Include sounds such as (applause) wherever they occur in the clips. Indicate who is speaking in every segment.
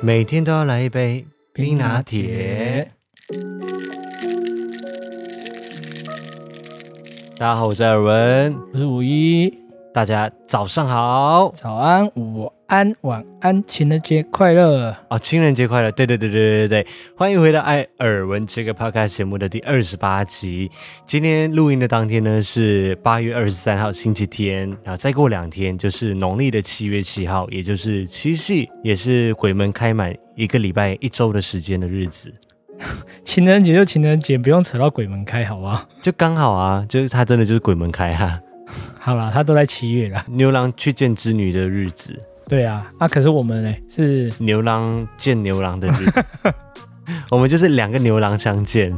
Speaker 1: 每天都要来一杯冰拿铁。大家好，我是尔文，
Speaker 2: 我是五一，
Speaker 1: 大家早上好
Speaker 2: 早安、午啊安、晚安，情人节快乐！
Speaker 1: 哦，情人节快乐！对对对对对对对，欢迎回到《爱尔文》这个 podcast 节目的第二十八集。今天录音的当天呢是八月二十三号星期天，然后再过两天就是农历的七月七号，也就是七夕，也是鬼门开满一个礼拜一周的时间的日子。
Speaker 2: 情人节就情人节，不用扯到鬼门开，好不好？
Speaker 1: 就刚好啊，就是他真的就是鬼门开哈、啊，
Speaker 2: 好啦，他都在七月了。
Speaker 1: 牛郎去见织女的日子，
Speaker 2: 对啊，啊，可是我们呢是
Speaker 1: 牛郎见牛郎的日子， (laughs) 我们就是两个牛郎相见。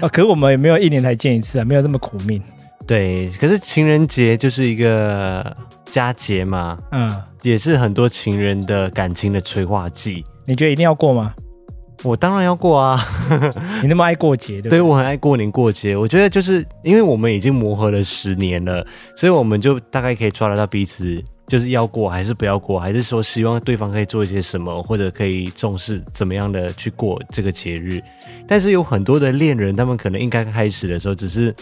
Speaker 2: 啊，可是我们也没有一年才见一次啊，没有这么苦命。
Speaker 1: 对，可是情人节就是一个佳节嘛，
Speaker 2: 嗯，
Speaker 1: 也是很多情人的感情的催化剂。
Speaker 2: 你觉得一定要过吗？
Speaker 1: 我当然要过啊，
Speaker 2: 你那么爱过节，对不
Speaker 1: 对
Speaker 2: 对？
Speaker 1: 我很爱过年过节。我觉得就是因为我们已经磨合了十年了，所以我们就大概可以抓得到彼此。就是要过还是不要过，还是说希望对方可以做一些什么，或者可以重视怎么样的去过这个节日。但是有很多的恋人，他们可能应该开始的时候，只是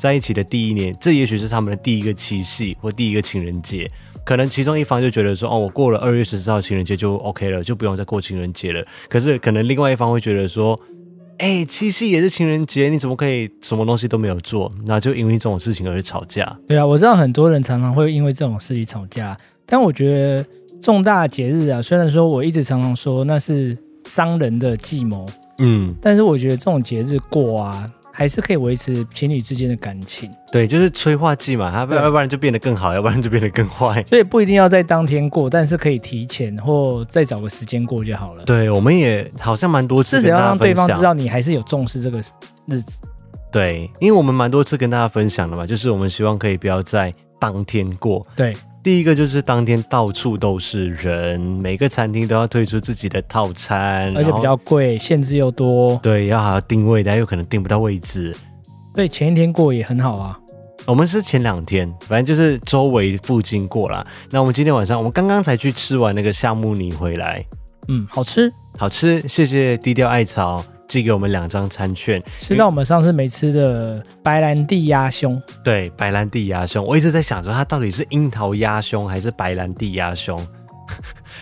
Speaker 1: 在一起的第一年，这也许是他们的第一个七夕或第一个情人节。可能其中一方就觉得说，哦，我过了二月十四号情人节就 OK 了，就不用再过情人节了。可是可能另外一方会觉得说，哎、七夕也是情人节，你怎么可以什么东西都没有做？那就因为这种事情而吵架。
Speaker 2: 对啊，我知道很多人常常会因为这种事情吵架，但我觉得重大节日啊，虽然说我一直常常说那是商人的计谋，
Speaker 1: 嗯，
Speaker 2: 但是我觉得这种节日过啊，还是可以维持情侣之间的感情，
Speaker 1: 对，就是催化剂嘛，它不
Speaker 2: 对
Speaker 1: 要不然就变得更好，要不然就变得更
Speaker 2: (laughs)
Speaker 1: 坏。
Speaker 2: 所以不一定要在当天过，但是可以提前或再找个时间过就好了。
Speaker 1: 对，我们也好像蛮多次
Speaker 2: 至少
Speaker 1: 跟
Speaker 2: 要
Speaker 1: 大家
Speaker 2: 让对
Speaker 1: 分
Speaker 2: 方知
Speaker 1: 享，
Speaker 2: 道你还是有重视这个日子。
Speaker 1: 对，因为我们蛮多次跟大家分享了嘛，就是我们希望可以不要在当天过。
Speaker 2: 对，
Speaker 1: 第一个就是当天到处都是人，每个餐厅都要推出自己的套餐，
Speaker 2: 而
Speaker 1: 嗯
Speaker 2: 且
Speaker 1: 然后
Speaker 2: 比较贵，限制又多，
Speaker 1: 对，要还要定位，但有可能定不到位置。
Speaker 2: 所以前一天过也很好啊。
Speaker 1: 我们是前两天，反正就是周围附近过啦。那我们今天晚上，我们刚刚才去吃完那个夏目尼回来，
Speaker 2: 嗯，好吃，
Speaker 1: 好吃，谢谢低调艾草寄给我们两张餐券。
Speaker 2: 吃到我们上次没吃的白兰地鸭胸，
Speaker 1: 对，白兰地鸭胸，我一直在想说它到底是樱桃鸭胸还是白兰地鸭胸， (laughs)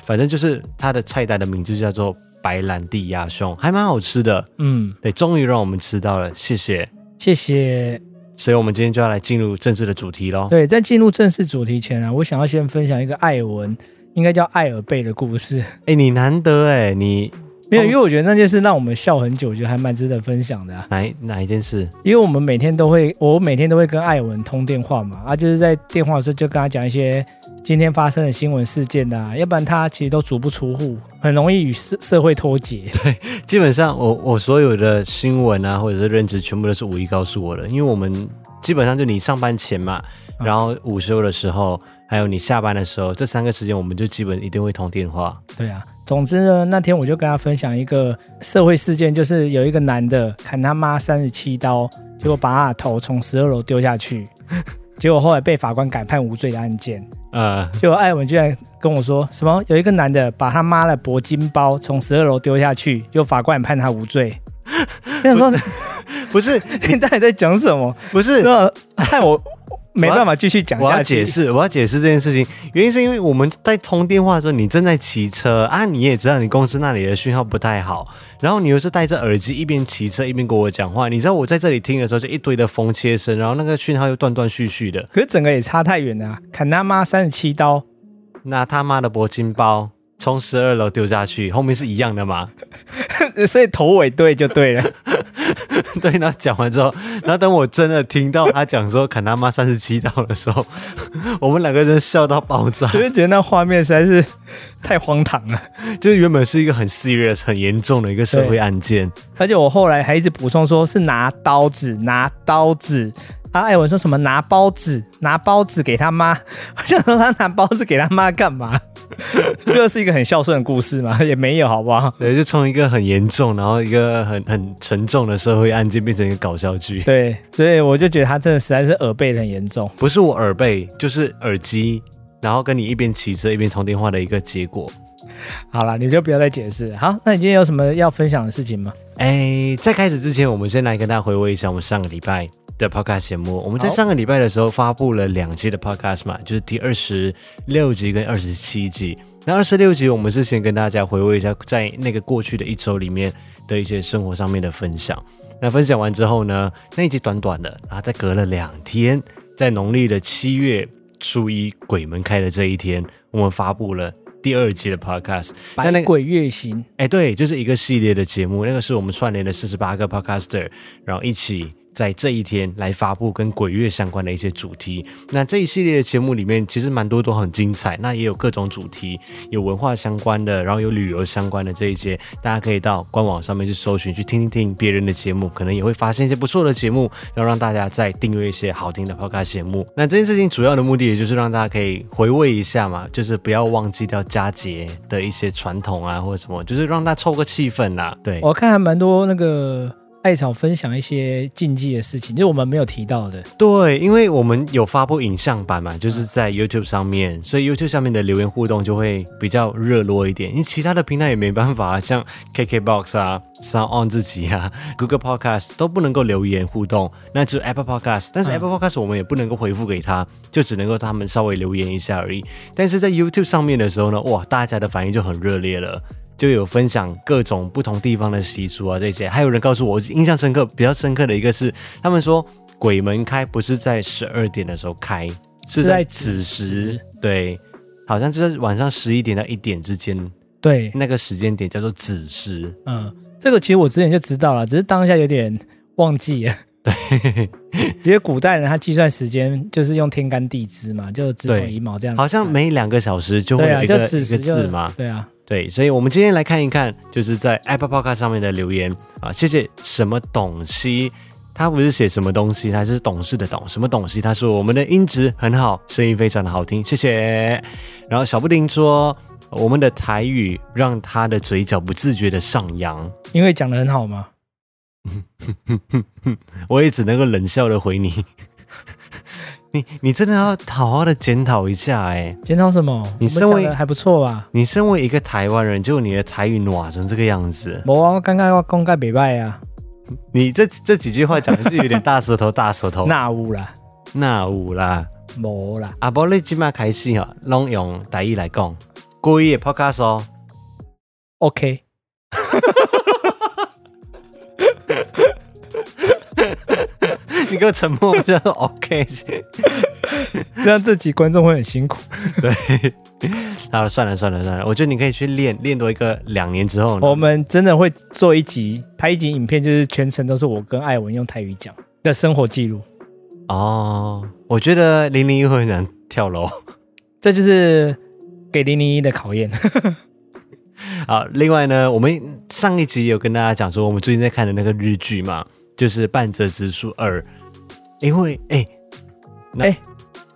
Speaker 1: 反正就是它的菜单的名字就叫做白兰地鸭胸，还蛮好吃的。
Speaker 2: 嗯，
Speaker 1: 对，终于让我们吃到了，谢谢。
Speaker 2: 谢谢。
Speaker 1: 所以我们今天就要来进入正式的主题喽。
Speaker 2: 对，在进入正式主题前啊，我想要先分享一个艾文，应该叫艾尔贝的故事。
Speaker 1: 哎，你难得哎，你
Speaker 2: 没有，
Speaker 1: 哦
Speaker 2: 因为我觉得那件事让我们笑很久，我觉得还蛮值得分享的啊、
Speaker 1: 哪一哪一件事？
Speaker 2: 因为我们每天都会，我每天都会跟艾文通电话嘛，啊，就是在电话的时候就跟他讲一些今天发生的新闻事件啊，要不然他其实都足不出户，很容易与社社会脱节。 (laughs)
Speaker 1: 基本上我我所有的新闻啊，或者是认知，全部都是五一告诉我的，因为我们基本上就你上班前嘛，
Speaker 2: 嗯
Speaker 1: 然后午休的时候，还有你下班的时候，这三个时间我们就基本一定会通电话。
Speaker 2: 对啊，总之呢，那天我就跟他分享一个社会事件，就是有一个男的砍他妈三十七刀，结果把他的头从十二楼丢下去， (laughs) 结果后来被法官改判无罪的案件。
Speaker 1: 呃，
Speaker 2: 结果艾文居然跟我说什么，有一个男的把他妈的铂金包从十二楼丢下去，就法官判他无
Speaker 1: (laughs)
Speaker 2: 罪。我想说，
Speaker 1: 不是
Speaker 2: (laughs) 你到底在讲什么？
Speaker 1: 不
Speaker 2: (laughs)
Speaker 1: 是，
Speaker 2: 那害我没办法继续讲
Speaker 1: 我要
Speaker 2: 下
Speaker 1: 解
Speaker 2: 去。
Speaker 1: 释，我要解释这件事情，原因是因为我们在通电话的时候，你正在骑车啊，你也知道你公司那里的讯号不太好，然后你又是戴着耳机一边骑车一边跟我讲话，你知道我在这里听的时候就一堆的风切声，然后那个讯号又断断续续的，
Speaker 2: 可是整个也差太远了、啊，砍他妈三十七刀，
Speaker 1: 拿他妈的铂金包从十二楼丢下去，后面是一样的嘛？ (laughs)
Speaker 2: 所以头尾对就对了。 (laughs)
Speaker 1: 对，然后讲完之后，然后等我真的听到他讲说砍他妈三十七刀的时候， (laughs) 我们两个人笑到爆炸 (laughs)
Speaker 2: 我。就觉得那画面实在是太荒唐了。
Speaker 1: 就是原本是一个很 serious、很严重的一个社会案件，
Speaker 2: 而且我后来还一直补充说是拿刀子，拿刀子。啊，艾文说什么拿包子，拿包子给他妈。 (laughs) 我想说他拿包子给他妈干嘛？ (laughs) 这是一个很孝顺的故事嘛， (laughs) 也没有好不好？
Speaker 1: 对，就从一个很严重，然后一个很很沉重的社会案件变成一个搞笑剧。
Speaker 2: 对，所以我就觉得他真的实在是耳背的很严重。
Speaker 1: 不是我耳背，就是耳机，然后跟你一边骑车一边通电话的一个结果。
Speaker 2: 好了，你就不要再解释。好，那你今天有什么要分享的事情吗？
Speaker 1: 哎，在开始之前，我们先来跟大家回味一下我们上个礼拜的 podcast 节目。我们在
Speaker 2: 好
Speaker 1: 上个礼拜的时候发布了两期的 podcast 嘛，就是第二十六集跟二十七集。那二十六集，我们是先跟大家回味一下在那个过去的一周里面的一些生活上面的分享。那分享完之后呢，那一集短短的，然后再隔了两天，在农历的七月初一鬼门开的这一天，我们发布了第二集的 podcast。那那
Speaker 2: 百
Speaker 1: 个
Speaker 2: 鬼月行，
Speaker 1: 哎，对，就是一个系列的节目，那个是我们串联了四十八个 podcaster，然后一起在这一天来发布跟鬼月相关的一些主题。那这一系列的节目里面，其实蛮多都很精彩，那也有各种主题，有文化相关的，然后有旅游相关的这一些，大家可以到官网上面去搜寻，去听听听别人的节目，可能也会发现一些不错的节目，然后让大家再订阅一些好听的 podcast 节目。那这件事情主要的目的，也就是让大家可以回味一下嘛，就是不要忘记掉佳节的一些传统啊，或者什么，就是让大家凑个气氛啦、对，
Speaker 2: 我看还蛮多那个艾草分享一些禁忌的事情，就是我们没有提到的。
Speaker 1: 对，因为我们有发布影像版嘛，就是在 YouTube 上面，所以 YouTube 上面的留言互动就会比较热络一点。因为其他的平台也没办法，像 KKBox 啊、Sound On 自己啊、Google Podcast 都不能够留言互动，那只有 Apple Podcast，但是
Speaker 2: 嗯
Speaker 1: Apple Podcast 我们也不能够回复给他，就只能够他们稍微留言一下而已。但是在 YouTube 上面的时候呢，哇，大家的反应就很热烈了。就有分享各种不同地方的习俗啊，这些，还有人告诉我，我印象深刻、比较深刻的一个是，他们说鬼门开不是在十二点的时候开，是
Speaker 2: 在
Speaker 1: 在
Speaker 2: 子
Speaker 1: 子时
Speaker 2: 时，
Speaker 1: 对，好像就是晚上十一点到一点之间
Speaker 2: 对，
Speaker 1: 那个时间点叫做子时，
Speaker 2: 嗯，这个其实我之前就知道了，只是当下有点忘记了。对， (laughs) 因为古代人他计算时间就是用天干地支嘛，就子丑
Speaker 1: 对
Speaker 2: 寅卯这样子
Speaker 1: 好像
Speaker 2: 看
Speaker 1: 每两个小时就会
Speaker 2: 对
Speaker 1: 有
Speaker 2: 啊，
Speaker 1: 一
Speaker 2: 就
Speaker 1: 个、
Speaker 2: 子
Speaker 1: 一
Speaker 2: 时
Speaker 1: 个
Speaker 2: 就
Speaker 1: 字嘛，
Speaker 2: 对啊，
Speaker 1: 对，所以我们今天来看一看，就是在 Apple Podcast 上面的留言啊，谢谢什么东西。他不是写什么东西，他是懂事的懂什么东西。他说我们的音质很好，声音非常的好听，谢谢。然后小布丁说我们的台语让他的嘴角不自觉的上扬，
Speaker 2: 因为讲的很好嘛。
Speaker 1: 我也只能够冷笑的回你。 (laughs) 你你真的要好好的检讨一下哎、
Speaker 2: 检讨什么？
Speaker 1: 你
Speaker 2: 我们
Speaker 1: 身为
Speaker 2: 讲的还不错吧？
Speaker 1: 你身为一个台湾人，就你的台语暖成这个样子，
Speaker 2: 我啊，刚刚我公盖北拜啊，
Speaker 1: 你这这几句话讲的是有点大舌
Speaker 2: (laughs)
Speaker 1: 头大舌头。
Speaker 2: 那有啦，
Speaker 1: 那有啦，
Speaker 2: 无啦，
Speaker 1: 啊，无你即马开始吼，拢用台语来讲，故意的 podcast 哦。 (laughs)
Speaker 2: OK，
Speaker 1: 你给我沉默，我就说 OK。
Speaker 2: 让这集观众会很辛苦。
Speaker 1: 好了，算了算了算了，我觉得你可以去练练多一个两年之后呢，
Speaker 2: 我们真的会做一集，拍一集影片，就是全程都是我跟艾文用台语讲的生活记录。
Speaker 1: 哦，我觉得零零一会很想跳楼。 (laughs)
Speaker 2: 这就是给零零一的考验。
Speaker 1: 好，另外呢，我们上一集有跟大家讲说，我们最近在看的那个日剧嘛，就是《半泽直树二》，因为哎、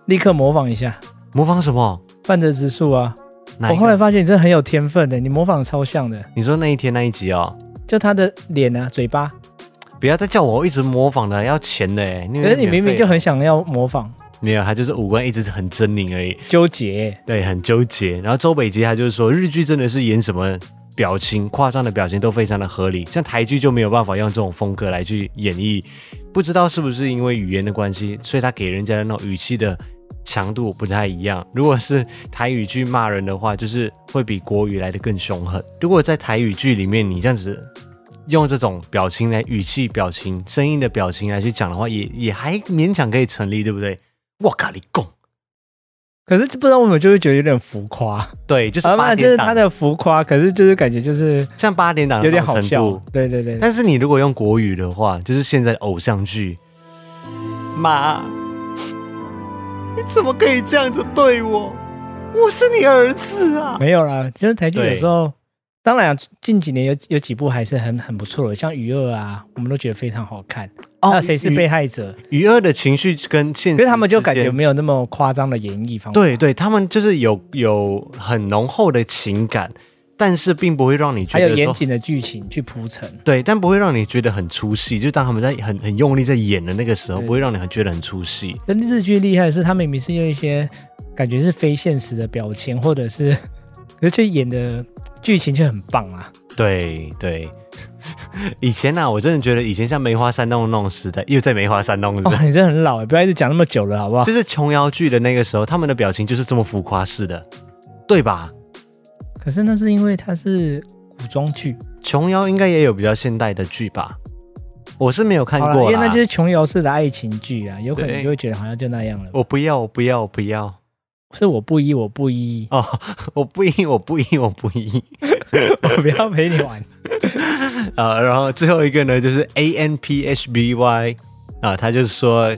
Speaker 2: 立刻模仿一下
Speaker 1: 模仿什么？
Speaker 2: 半泽直树啊！
Speaker 1: 哪
Speaker 2: 我
Speaker 1: 一
Speaker 2: 后
Speaker 1: 个？
Speaker 2: 来发现你真的很有天分欸的，你模仿得超像的，
Speaker 1: 你说那一天那一集哦，
Speaker 2: 就他的脸啊、嘴巴，
Speaker 1: 不要再叫我一直模仿了，要钱的哎。可
Speaker 2: 可是你明明就很想要模仿，
Speaker 1: 没有，他就是五官一直是很狰狞而已，
Speaker 2: 纠结。
Speaker 1: 对，很纠结。然后周北杰他就是说，日剧真的是演什么表情、夸张的表情都非常的合理，像台剧就没有办法用这种风格来去演绎。不知道是不是因为语言的关系，所以他给人家的那种语气的强度不太一样。如果是台语剧骂人的话，就是会比国语来的更凶狠。如果在台语剧里面，你这样子。用这种表情来语气、表情、声音的表情来去讲的话，也也还勉强可以成立，对不对？我咖喱贡，
Speaker 2: 可是不知道为什么就会觉得有点浮夸，
Speaker 1: 对，就是
Speaker 2: 啊
Speaker 1: 八
Speaker 2: 妈就是
Speaker 1: 点档
Speaker 2: 他的浮夸，可是就是感觉就是
Speaker 1: 像八点档的
Speaker 2: 有点
Speaker 1: 那
Speaker 2: 好
Speaker 1: 种
Speaker 2: 笑
Speaker 1: 程度。。
Speaker 2: 对对对，
Speaker 1: 但是你如果用国语的话，就是现在的偶像剧，妈， (laughs) 你怎么可以这样子对我？我是你儿子啊！
Speaker 2: 没有啦，就是台剧有
Speaker 1: 对
Speaker 2: 时候，当然啊近几年有有几部还是很很不错的，像《娱乐》啊，我们都觉得非常好看。
Speaker 1: 哦
Speaker 2: 还有谁是被害者？
Speaker 1: 娱乐的情绪跟现实之间，
Speaker 2: 可是他们就感觉没有那么夸张的演绎方法。
Speaker 1: 对对，他们就是有有很浓厚的情感，但是并不会让你觉
Speaker 2: 还有
Speaker 1: 得
Speaker 2: 严
Speaker 1: 说
Speaker 2: 谨的剧情去铺陈。
Speaker 1: 对，但不会让你觉得很出戏。就当他们在很很用力在演的那个时候，
Speaker 2: 对
Speaker 1: 不会让你很觉得很出戏。
Speaker 2: 但日剧厉害的是，它明明是用一些感觉是非现实的表情，或者是 (laughs) 可是就演的剧情就很棒啊。
Speaker 1: (laughs) 对对，以前呐、我真的觉得以前像梅花三弄那种时代，又在梅花三弄是不
Speaker 2: 哦
Speaker 1: 是，，
Speaker 2: 你真的很老哎，不要一直讲那么久了，好不好？
Speaker 1: 就是琼瑶剧的那个时候，他们的表情就是这么浮夸式的，对吧？
Speaker 2: 可是那是因为它是古装剧，
Speaker 1: 琼瑶应该也有比较现代的剧吧？我是没有看
Speaker 2: 好啦
Speaker 1: 过
Speaker 2: 因为那
Speaker 1: 啦，
Speaker 2: 就是琼瑶式的爱情剧啊，有可能
Speaker 1: 对
Speaker 2: 你就会觉得好像就那样了。
Speaker 1: 我不要，我不要，我不要 (laughs)
Speaker 2: 是我不依，我不依， (laughs)
Speaker 1: 哦，我不依，我不依，我不依。
Speaker 2: 我不要陪你
Speaker 1: (laughs)
Speaker 2: 玩。
Speaker 1: 啊，然后最后一个呢，就是 A N P H B Y 啊，他就是说，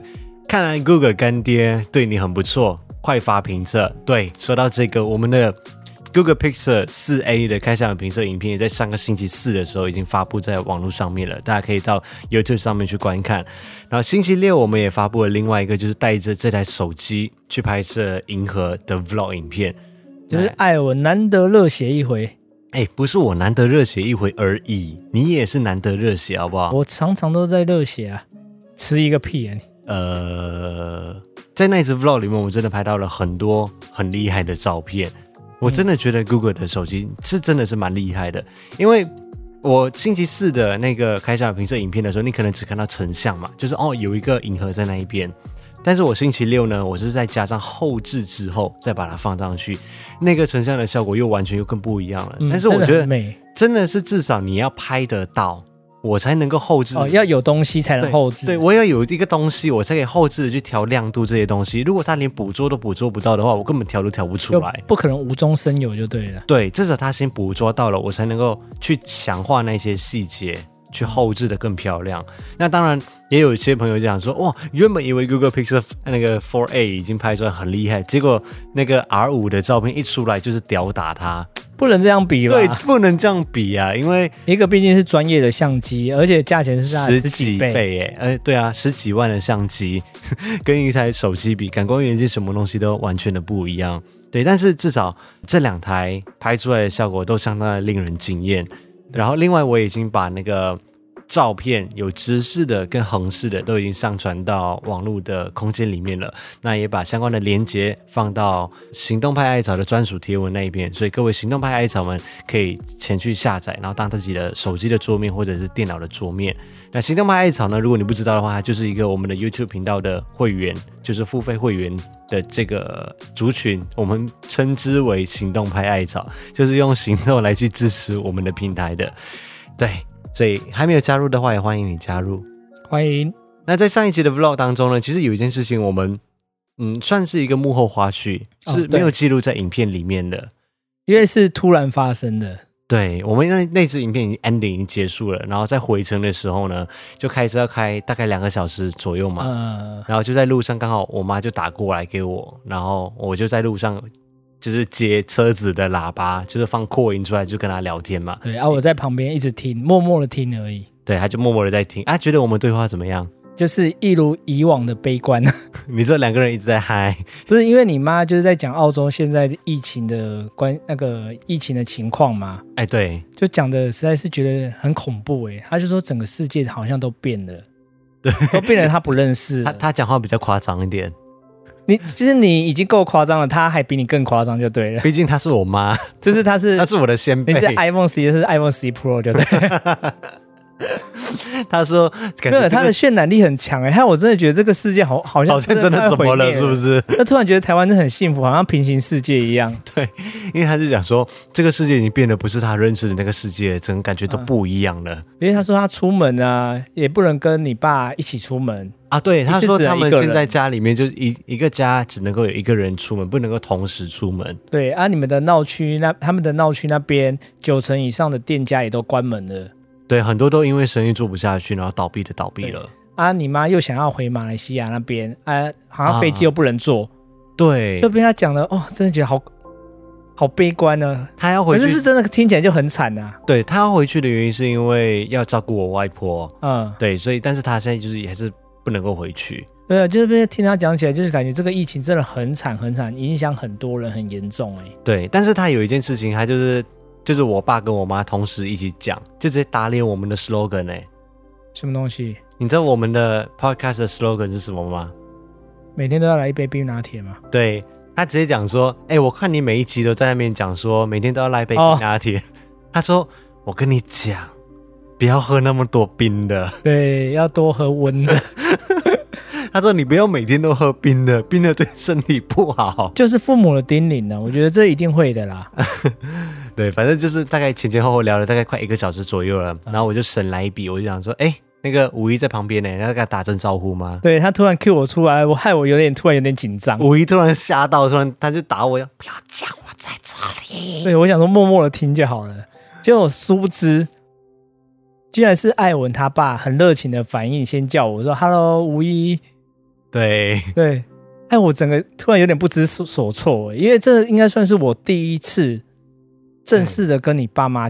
Speaker 1: 看来 Google 干爹对你很不错，快发评测。对，说到这个，我们的 Google Pixel 四 A 的开箱评测影片也在上个星期四的时候已经发布在网络上面了，大家可以到 YouTube 上面去观看。然后星期六我们也发布了另外一个，就是带着这台手机去拍摄银河的 Vlog 影片。
Speaker 2: 就是艾文难得热血一回，
Speaker 1: 哎，不是我难得热血一回而已，你也是难得热血，好不好？
Speaker 2: 我常常都在热血啊，吃一个屁啊你！
Speaker 1: 呃，在那一支 vlog 里面，我真的拍到了很多很厉害的照片。我真的觉得 Google 的手机是真的是蛮厉害的，因为我星期四的那个开箱评测影片的时候，你可能只看到成像嘛，就是哦有一个银河在那一边。但是我星期六呢，我是再加上后置之后再把它放上去，那个成像的效果又完全又更不一样了。
Speaker 2: 嗯
Speaker 1: 但是我
Speaker 2: 真的
Speaker 1: 觉
Speaker 2: 很
Speaker 1: 得
Speaker 2: 美
Speaker 1: 真的是至少你要拍得到，我才能够后置
Speaker 2: 哦，要有东西才
Speaker 1: 对
Speaker 2: 能后置。
Speaker 1: 对我要有一个东西，我才可以后置的去调亮度这些东西。如果它连捕捉都捕捉不到的话，我根本调都调不出
Speaker 2: 就
Speaker 1: 来。
Speaker 2: 不可能无中生有就对了。
Speaker 1: 对，至少它先捕捉到了，我才能够去强化那些细节，去后置的更漂亮。那当然，也有一些朋友讲说，哇，原本以为 Google Pixel 那个 Four A 已经拍出来很厉害，结果那个 R 五的照片一出来就是屌打它。
Speaker 2: 不能这样比吧？
Speaker 1: 对，不能这样比啊，因为
Speaker 2: 一个毕竟是专业的相机，而且价钱是它的
Speaker 1: 十
Speaker 2: 十
Speaker 1: 几
Speaker 2: 几
Speaker 1: 倍
Speaker 2: 倍。
Speaker 1: 耶！哎、对啊，十几万的相机 (laughs) 跟一台手机比，感光元件什么东西都完全的不一样。对，但是至少这两台拍出来的效果都相当的令人惊艳。然后另外我已经把那个照片有直视的跟横视的都已经上传到网络的空间里面了，那也把相关的连接放到行动派艾草的专属贴文那一边，所以各位行动派艾草们可以前去下载，然后当自己的手机的桌面或者是电脑的桌面。那行动派艾草呢，如果你不知道的话，它就是一个我们的 YouTube 频道的会员，就是付费会员。的这个族群，我们称之为行动派艾草，就是用行动来去支持我们的平台的。对，所以还没有加入的话，也欢迎你加入。
Speaker 2: 欢迎，
Speaker 1: 那在上一集的 vlog 当中呢，其实有一件事情我们嗯算是一个幕后花絮，
Speaker 2: 哦
Speaker 1: 是
Speaker 2: 对
Speaker 1: 没有记录在影片里面的。
Speaker 2: 因为是突然发生的，
Speaker 1: 对我们那那支影片已经 ending 已经结束了，然后在回程的时候呢，就开车要开大概两个小时左右嘛，
Speaker 2: 呃，
Speaker 1: 然后就在路上刚好我妈就打过来给我，然后我就在路上就是接车子的喇叭，就是放扩音出来就跟她聊天嘛，
Speaker 2: 对啊，我在旁边一直听，默默的听而已，
Speaker 1: 对，她就默默的在听啊，觉得我们对话怎么样？ (laughs)
Speaker 2: 就是一如以往的悲观。 (laughs)
Speaker 1: 你这两个人一直在嗨，
Speaker 2: 不是因为你妈就是在讲澳洲现在疫情的关那个疫情的情况嘛，
Speaker 1: 哎，对
Speaker 2: 就讲的实在是觉得很恐怖诶、她就说整个世界好像都变了，都变了，她不认识
Speaker 1: 她
Speaker 2: 了。
Speaker 1: 她讲话比较夸张一点。
Speaker 2: 你其实你已经够夸张了，她还比你更夸张就对了。
Speaker 1: 毕竟她是我妈，
Speaker 2: 就是她是
Speaker 1: 她是我的先辈
Speaker 2: 你。是 iPhone 十一是 iPhone 十一 Pro 就对了，
Speaker 1: 她说，感
Speaker 2: (laughs) 没有
Speaker 1: 觉
Speaker 2: 它的渲染力很强哎、害我真的觉得这个世界好好
Speaker 1: 这
Speaker 2: 像
Speaker 1: 个好像真的怎么了，是不
Speaker 2: 是？
Speaker 1: 是？
Speaker 2: 那突然觉得台湾真的很幸福，好像平行世界一样。
Speaker 1: 因为她就讲说，这个世界已经变得不是她认识的那个世界，整个感觉都
Speaker 2: 嗯
Speaker 1: 不一样了。
Speaker 2: 因为他说他出门啊，也不能跟你爸一起出门，
Speaker 1: 啊，对，她说
Speaker 2: 只能
Speaker 1: 他们
Speaker 2: 一个人
Speaker 1: 现在家里面就是一一个家只能够有一个人出门，不能够同时出门。
Speaker 2: 对啊，你们的闹区那他们的闹区那边九成以上的店家也都关门了
Speaker 1: 对，很多都因为生意做不下去，然后倒闭的倒闭了。
Speaker 2: 啊，你妈又想要回马来西亚那边啊，好像飞机又不能坐，
Speaker 1: 对
Speaker 2: 就，被他讲的哦，真的觉得好好悲观呢、
Speaker 1: 她要
Speaker 2: 可
Speaker 1: 回
Speaker 2: 是是
Speaker 1: 去，
Speaker 2: 真的听起来就很惨啊呐、
Speaker 1: 对她要回去的原因是因为要照顾我外婆，
Speaker 2: 嗯，
Speaker 1: 对，所以但是她现在就是也还是不能够回去。
Speaker 2: 对啊，就是被听他讲起来，就是感觉这个疫情真的很惨很惨，影响很多人，很严重哎、
Speaker 1: 对，但是他有一件事情，他就是就是我爸跟我妈同时一起讲，就直接打脸我们的 slogan 哎、
Speaker 2: 什么东西？
Speaker 1: 你知道我们的 podcast 的 slogan 是什么吗？
Speaker 2: 每天都要来一杯冰拿铁吗？
Speaker 1: 对，他直接讲说：“哎、我看你每一集都在那边讲说，每天都要来杯
Speaker 2: 哦
Speaker 1: 冰拿铁。他说：“我跟你讲，不要喝那么多冰的。 (laughs)
Speaker 2: 对，要多喝温的，”
Speaker 1: 他说：“你不要每天都喝冰的，冰的对身体不好。 (laughs)
Speaker 2: 就是父母的叮咛呢、啊我觉得这一定会的 (laughs) 啦。”
Speaker 1: 对，反正就是大概前前后后聊了大概快一个小时左右了。然后我就省来一笔，我就想说：“哎、那个五一在旁边呢，要跟他打声招呼吗？”
Speaker 2: 对他突然 cue 我出来，我害我有点突然有点紧张。
Speaker 1: 五一突然吓到，突然他就打我，不要讲我在这里。 (laughs)
Speaker 2: 对我想说默默的听就好了，结果殊不知，居然是艾文他爸很热情的反应，先叫我说 “hello 吴一”，
Speaker 1: 对，
Speaker 2: 对，哎，我整个突然有点不知所所措，欸因为这应该算是我第一次正式的跟你爸妈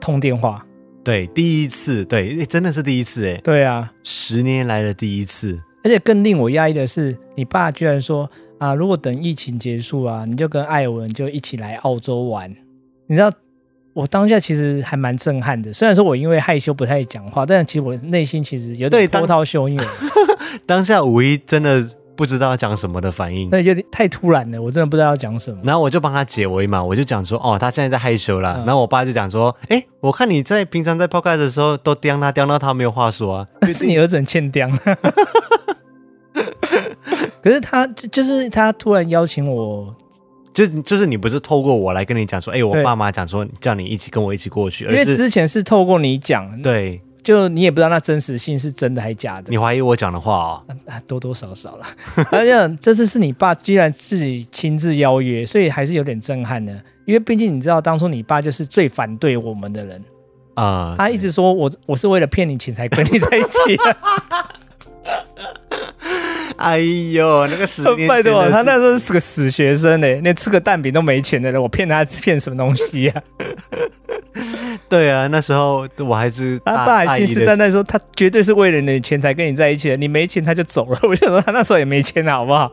Speaker 2: 通电话。
Speaker 1: 对，第一次，对，诶真的是第一次，哎，
Speaker 2: 对啊，
Speaker 1: 十年来的第一次。
Speaker 2: 而且更令我压抑的是，你爸居然说啊，如果等疫情结束啊，你就跟艾文就一起来澳洲玩。你知道，我当下其实还蛮震撼的。虽然说我因为害羞不太讲话，但其实我内心其实有
Speaker 1: 对
Speaker 2: 点
Speaker 1: 当
Speaker 2: 波涛汹涌， (laughs)
Speaker 1: 当下五一真的不知道要讲什么的反应，
Speaker 2: 那有点太突然了，我真的不知道要讲什么。
Speaker 1: 然后我就帮他解围嘛，我就讲说，哦，他现在在害羞啦。
Speaker 2: 嗯
Speaker 1: 然后我爸就讲说，哎，我看你在平常在 podcast 的时候都刁他，刁到他没有话说啊。
Speaker 2: (laughs) 是你儿子很欠刁。 (laughs) 可是他就就是他突然邀请我，
Speaker 1: 就就是你不是透过我来跟你讲说，哎，我
Speaker 2: 对
Speaker 1: 爸妈讲说叫你一起跟我一起过去，
Speaker 2: 因
Speaker 1: 而
Speaker 2: 为
Speaker 1: 是
Speaker 2: 之前是透过你讲，
Speaker 1: 对
Speaker 2: 就你也不知道那真实性是真的还假的
Speaker 1: 你怀疑我讲的话
Speaker 2: (laughs)
Speaker 1: 哦，
Speaker 2: 啊，多多少少啦。 (laughs) 而且这次是你爸居然自己亲自邀约，所以还是有点震撼的。因为毕竟你知道，当初你爸就是最反对我们的人，
Speaker 1: 啊、
Speaker 2: 他一直说我我是为了骗你钱才跟你在一起啊的。
Speaker 1: 哎呦，那个十年
Speaker 2: (laughs) 拜
Speaker 1: 前
Speaker 2: 托，
Speaker 1: 的
Speaker 2: 他
Speaker 1: 事
Speaker 2: 那时候是个死学生呢、连吃个蛋饼都没钱的人，我骗他骗什么东西啊呀、
Speaker 1: 对啊，那时候我还是
Speaker 2: 他
Speaker 1: 大
Speaker 2: 爸
Speaker 1: 大
Speaker 2: 还
Speaker 1: 一
Speaker 2: 信誓
Speaker 1: 的
Speaker 2: 旦旦说他绝对是为了你的钱才跟你在一起的，你没钱他就走了。 (laughs) 我就说他那时候也没钱啊，好不好？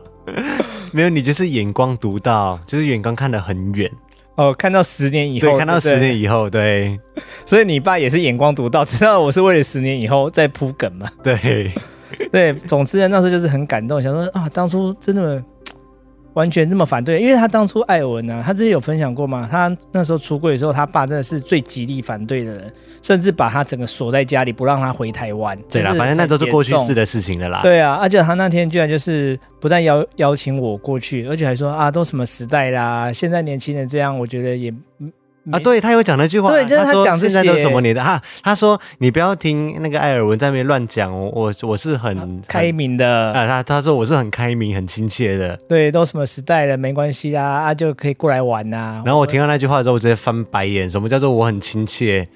Speaker 1: 没有，你就是眼光独到，就是眼光看得很远，
Speaker 2: 哦，看到十年以后，
Speaker 1: 对，看到
Speaker 2: 对
Speaker 1: 十
Speaker 2: 不对
Speaker 1: 年，以后，对
Speaker 2: 所以你爸也是眼光独到，知道我是为了十年以后再铺梗嘛。
Speaker 1: 对，
Speaker 2: 对，总之呢，那时候就是很感动，想说啊，当初真的完全这么反对，因为他当初艾文啊，他之前有分享过嘛，他那时候出柜的时候，他爸真的是最极力反对的人，甚至把他整个锁在家里，不让他回台湾。
Speaker 1: 对啦，
Speaker 2: 就是
Speaker 1: 反正那
Speaker 2: 很
Speaker 1: 都是过去
Speaker 2: 严重
Speaker 1: 式的事情了啦。
Speaker 2: 对啊，而且他那天居然就是不但邀邀请我过去，而且还说啊，都什么时代啦，现在年轻人这样，我觉得也嗯
Speaker 1: 啊，
Speaker 2: 没
Speaker 1: 对他有讲那句话，啊
Speaker 2: 对就是
Speaker 1: 他
Speaker 2: 他
Speaker 1: 说
Speaker 2: 讲这
Speaker 1: 现在都
Speaker 2: 些
Speaker 1: 什么年代啊？他说你不要听那个艾尔文在那边乱讲，我我我是很
Speaker 2: 啊
Speaker 1: 嗯
Speaker 2: 开
Speaker 1: 很
Speaker 2: 明哦的，
Speaker 1: 啊，他他说我是很开明、很亲切的。
Speaker 2: 对，都什么时代了，没关系啦，啊就可以过来玩啊呐、
Speaker 1: 然后我听到那句话之后，我直接翻白眼，什么叫做我很亲切？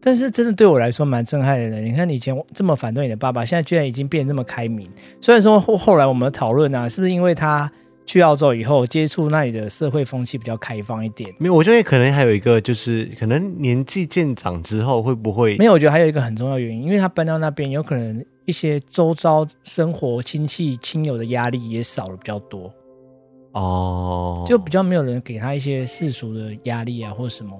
Speaker 2: 但是真的对我来说蛮震撼的。你看，你以前这么反对你的爸爸，现在居然已经变得这么开明。虽然说后后来我们讨论啊，是不是因为他去澳洲以后接触那里的社会风气比较开放一点？
Speaker 1: 没有，我觉得可能还有一个就是，可能年纪渐长之后会不会
Speaker 2: 没有，我觉得还有一个很重要的原因，因为他搬到那边，有可能一些周遭生活、亲戚、亲友的压力也少了比较多，
Speaker 1: 哦？
Speaker 2: 就比较没有人给他一些世俗的压力啊，或什么，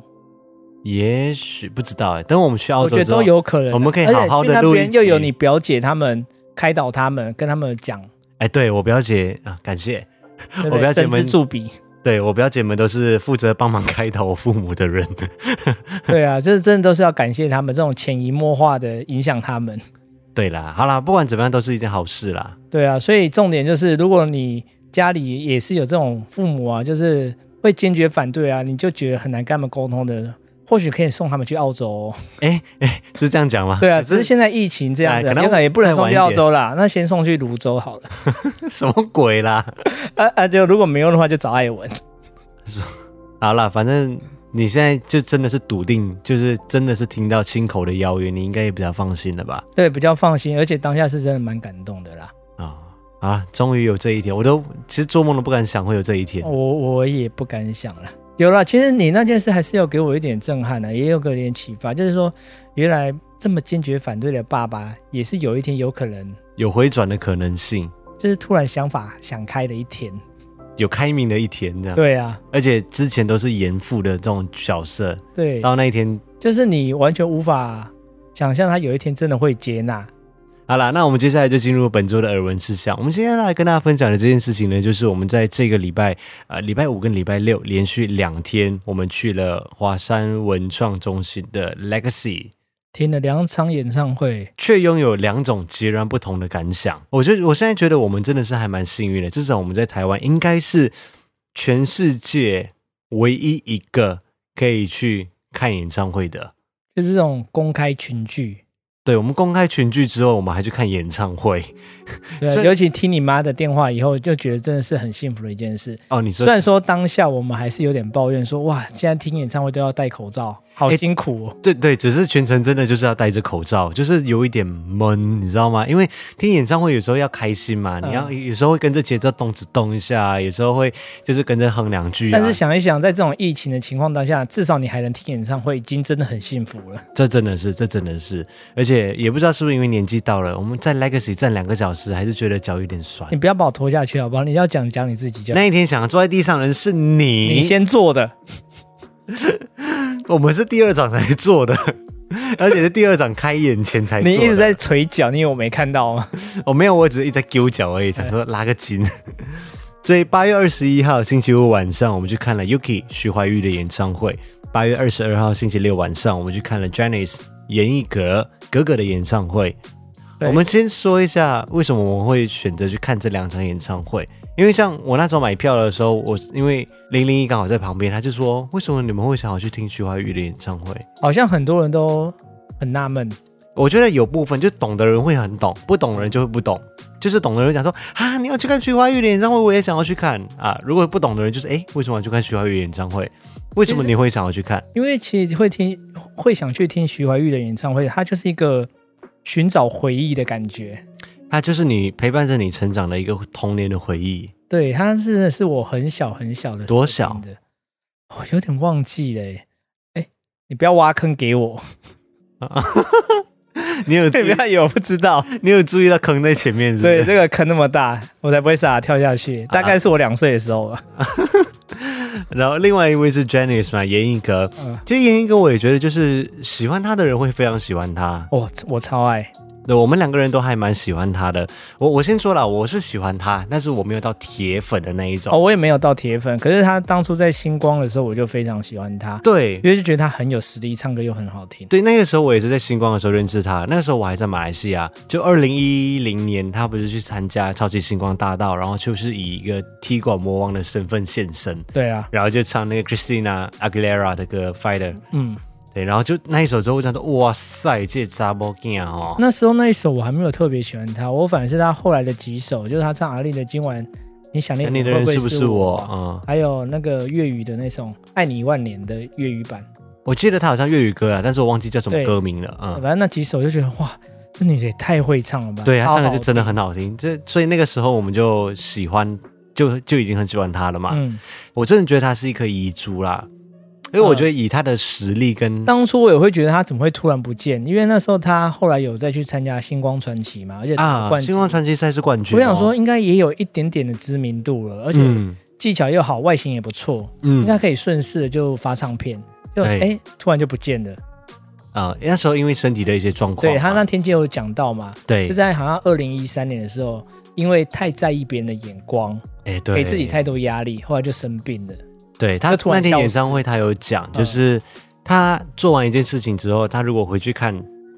Speaker 1: 也许不知道哎，等我们去澳
Speaker 2: 我
Speaker 1: 洲
Speaker 2: 觉得
Speaker 1: 之后
Speaker 2: 都有可能啊、
Speaker 1: 我们可以好好地
Speaker 2: 而且去那
Speaker 1: 录一
Speaker 2: 边又有
Speaker 1: 集
Speaker 2: 你表姐他们开导他们，跟他们讲，
Speaker 1: 哎，对我表姐啊，感谢，
Speaker 2: 对
Speaker 1: 我
Speaker 2: 不
Speaker 1: 表
Speaker 2: 对？
Speaker 1: 姐
Speaker 2: 神
Speaker 1: 们
Speaker 2: 之助笔，
Speaker 1: 对我表姐们都是负责帮忙开导我父母的人。 (laughs)
Speaker 2: 对啊，这真的都是要感谢他们这种潜移默化的影响他们。
Speaker 1: 对啦，好啦，不管怎么样都是一件好事啦。
Speaker 2: 对啊，所以重点就是，如果你家里也是有这种父母啊，就是会坚决反对啊，你就觉得很难跟他们沟通的，或许可以送他们去澳
Speaker 1: (laughs)
Speaker 2: 洲、哦。
Speaker 1: 哎哎， (laughs) 是这样讲吗？
Speaker 2: 对啊，
Speaker 1: 可
Speaker 2: 只是现在疫情这样子
Speaker 1: 哎可
Speaker 2: 啊，
Speaker 1: 能
Speaker 2: 有可能也不能送去
Speaker 1: 再晚
Speaker 2: 澳
Speaker 1: 一点
Speaker 2: 洲啦，那先送去泸州好了。 (laughs)
Speaker 1: 什么鬼啦？
Speaker 2: 啊啊，就如果没用的话，就找艾文。 (laughs)
Speaker 1: 好啦，反正你现在就真的是笃定，就是真的是听到亲口的邀约，你应该也比较放心了吧？
Speaker 2: 对，比较放心，而且当下是真的蛮感动的啦。
Speaker 1: 啊、啊，终于有这一天，我都其实做梦都不敢想会有这一天。
Speaker 2: 我我也不敢想了。有了，其实你那件事还是有给我一点震撼的、啊也有给我一点启发，就是说，原来这么坚决反对的爸爸，也是有一天有可能
Speaker 1: 有回转的可能性，
Speaker 2: 就是突然想法想开的一天。
Speaker 1: 有开明的一天，这样。
Speaker 2: 对啊，
Speaker 1: 而且之前都是严父的这种角色，
Speaker 2: 对，
Speaker 1: 到那一天，
Speaker 2: 就是你完全无法想象他有一天真的会接纳。
Speaker 1: 好啦，那我们接下来就进入本周的耳闻事项。我们今天来跟大家分享的这件事情呢，就是我们在这个礼拜，呃，礼拜五跟礼拜六连续两天，我们去了华山文创中心的 Legacy。
Speaker 2: 听了两场演唱会，
Speaker 1: 却拥有两种截然不同的感想。我觉得我现在觉得我们真的是还蛮幸运的，至少我们在台湾应该是全世界唯一一个可以去看演唱会的。
Speaker 2: 就是这种公开群聚，
Speaker 1: 对我们公开群聚之后，我们还去看演唱会。所
Speaker 2: 对，啊
Speaker 1: 以
Speaker 2: 尤其听你妈的电话以后，就觉得真的是很幸福的一件事。
Speaker 1: 哦，你说
Speaker 2: 虽然说当下我们还是有点抱怨说，哇，现在听演唱会都要戴口罩，好
Speaker 1: 哎
Speaker 2: 辛苦哦。
Speaker 1: 对对，只是全程真的就是要戴着口罩，就是有一点闷，你知道吗？因为听演唱会有时候要开心嘛，你要
Speaker 2: 嗯
Speaker 1: 有时候会跟着节奏动子动一下，有时候会就是跟着哼两句、啊。
Speaker 2: 但是想一想，在这种疫情的情况当下，至少你还能听演唱会，已经真的很幸福了。
Speaker 1: 这真的是，这真的是，而且也不知道是不是因为年纪到了，我们在 Legacy 站两个小时，还是觉得脚有点酸
Speaker 2: 你。不要把我拖下去好不好？你要讲讲你自己就好。
Speaker 1: 那一天想要坐在地上的人是你，
Speaker 2: 你先做的，
Speaker 1: 我们是第二场才做的， (laughs) 而且是第二场开演前才做
Speaker 2: 你
Speaker 1: 的。
Speaker 2: 一直在捶脚，你以为我没看到吗？ (laughs)
Speaker 1: (laughs) 我哦没有，我只是一直在揪脚而已，想说拉个筋。 (laughs) 所以八月二十一号星期五晚上，我们去看了 Yuki 徐怀钰的演唱会；八月二十二号星期六晚上，我们去看了 Janice 严艺格格格的演唱会。
Speaker 2: 对
Speaker 1: 我们先说一下为什么我们会选择去看这两场演唱会，因为像我那时候买票的时候，我因为零零一刚好在旁边，他就说为什么你们会想要去听徐怀钰的演唱会？
Speaker 2: 好像很多人都很纳闷，
Speaker 1: 我觉得有部分就懂的人会很懂，不懂的人就会不懂。就是懂的人讲说啊，你要去看徐怀钰的演唱会，我也想要去看啊。如果不懂的人就是哎、诶为什么要去看徐怀钰演唱会？为什么
Speaker 2: 其实
Speaker 1: 你会想要去看？
Speaker 2: 因为其实会听会想去听徐怀钰的演唱会，它就是一个寻找回忆的感觉。
Speaker 1: 它啊就是你陪伴着你成长的一个童年的回忆。 (laughs)
Speaker 2: 对，它真的是我很小很小的时候
Speaker 1: 多小
Speaker 2: 听的，我、有点忘记了耶。哎，你不要挖坑给我， (laughs)
Speaker 1: 你有
Speaker 2: 你不要以为我不知道。
Speaker 1: 你有注意到坑在前面是啊不是？
Speaker 2: 对，这个坑那么大，我才不会傻跳下去。大概是我两岁的时候吧。
Speaker 1: 然后另外一位是 Janice 嘛，严艺格。
Speaker 2: 嗯
Speaker 1: 其实严艺格我也觉得就是喜欢他的人会非常喜欢他。
Speaker 2: 我、我超爱，
Speaker 1: 对，我们两个人都还蛮喜欢他的。我我先说了，我是喜欢他，但是我没有到铁粉的那一种。
Speaker 2: 哦，我也没有到铁粉，可是他当初在星光的时候，我就非常喜欢他，
Speaker 1: 对，
Speaker 2: 因为就觉得他很有实力，唱歌又很好听。
Speaker 1: 对，那个时候我也是在星光的时候认识他，那个时候我还在马来西亚，就二零一零年，他不是去参加超级星光大道，然后就是以一个踢馆魔王的身份现身，
Speaker 2: 对啊，
Speaker 1: 然后就唱那个 Christina Aguilera 的歌 Fighter，
Speaker 2: 嗯，
Speaker 1: 对，然后就那一首之后，我想说，哇塞，这扎波劲哦，
Speaker 2: 那时候那一首我还没有特别喜欢他，我反而是他后来的几首，就是他唱阿丽的《今晚你想念
Speaker 1: 那你的人
Speaker 2: 我会不会
Speaker 1: 是不
Speaker 2: 是
Speaker 1: 是我？
Speaker 2: 啊
Speaker 1: 嗯，
Speaker 2: 还有那个粤语的那首《爱你一万年》的粤语版，
Speaker 1: 我记得他好像粤语歌啊，但是我忘记叫什么
Speaker 2: 对
Speaker 1: 歌名了，嗯
Speaker 2: 反。正那几首就觉得哇，这女的也太会唱了吧？
Speaker 1: 对他啊
Speaker 2: 超
Speaker 1: 唱的
Speaker 2: 好
Speaker 1: 就真的
Speaker 2: 听
Speaker 1: 很好听，这所以那个时候我们就喜欢，就就已经很喜欢他了嘛。
Speaker 2: 嗯，
Speaker 1: 我真的觉得他是一颗遗珠啦，因为我觉得以他的实力跟、
Speaker 2: 当初我也会觉得他怎么会突然不见，因为那时候他后来有再去参加星光传奇嘛，而且夺
Speaker 1: 啊
Speaker 2: 冠
Speaker 1: 星光传奇赛是冠军、哦，
Speaker 2: 我想说，应该也有一点点的知名度了，而且
Speaker 1: 嗯
Speaker 2: 技巧又好，外形也不错，应
Speaker 1: 嗯
Speaker 2: 该可以顺势地就发唱片。就哎、
Speaker 1: 对
Speaker 2: 突然就不见了。
Speaker 1: 啊，那时候因为身体的一些状况嘛，
Speaker 2: 对他那天就有讲到嘛，
Speaker 1: 对
Speaker 2: 就在好像二零一三年的时候，因为太在意别人的眼光，
Speaker 1: 哎对
Speaker 2: 给自己太多压力，后来就生病了。
Speaker 1: 对他
Speaker 2: 就突然
Speaker 1: 那天
Speaker 2: 消失
Speaker 1: 演唱会他有讲，
Speaker 2: 嗯
Speaker 1: 就是他做完一件事情之后，他如果回去看，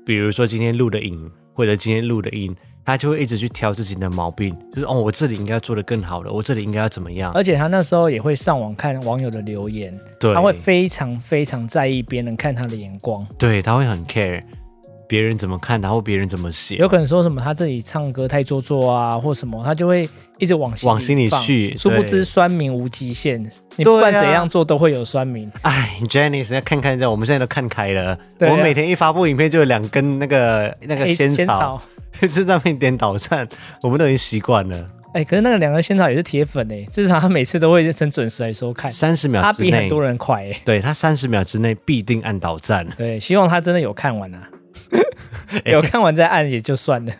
Speaker 1: 比如说今天录的影或者今天录的音，他就会一直去挑自己的毛病，就是哦我这里应该做的更好了，我这里应该要怎么样，
Speaker 2: 而且他那时候也会上网看网友的留言，
Speaker 1: 啊对，
Speaker 2: 他会非常非常在意别人看他的眼光。
Speaker 1: 对他会很 care 别人怎么看他或别人怎么写，
Speaker 2: 有可能说什么他这里唱歌太做作啊，或什么，他就会一直往心
Speaker 1: 往心里
Speaker 2: 放
Speaker 1: 去
Speaker 2: 殊不
Speaker 1: 对
Speaker 2: 知酸民无极限，你
Speaker 1: 对啊
Speaker 2: 不管怎样做都会有酸民。
Speaker 1: 哎，Janice，要看看一下，我们现在都看开了。
Speaker 2: 对啊哎
Speaker 1: 我们每天一发布影片，就有两根那个那个
Speaker 2: 黑
Speaker 1: 仙
Speaker 2: 仙
Speaker 1: 草， (laughs)
Speaker 2: 草，
Speaker 1: 就在那边点导赞，我们都已经习惯了。
Speaker 2: 哎、可是那个两个仙草也是铁粉哎、至少他每次都会很准时来收看，
Speaker 1: 三十秒
Speaker 2: 哎他
Speaker 1: 之
Speaker 2: 比很
Speaker 1: 啊内，
Speaker 2: 多人快哎、
Speaker 1: 对他三十秒之内必定按导赞。
Speaker 2: 对，希望他真的有看完
Speaker 1: (laughs)
Speaker 2: 啊，有看完再按也就算了。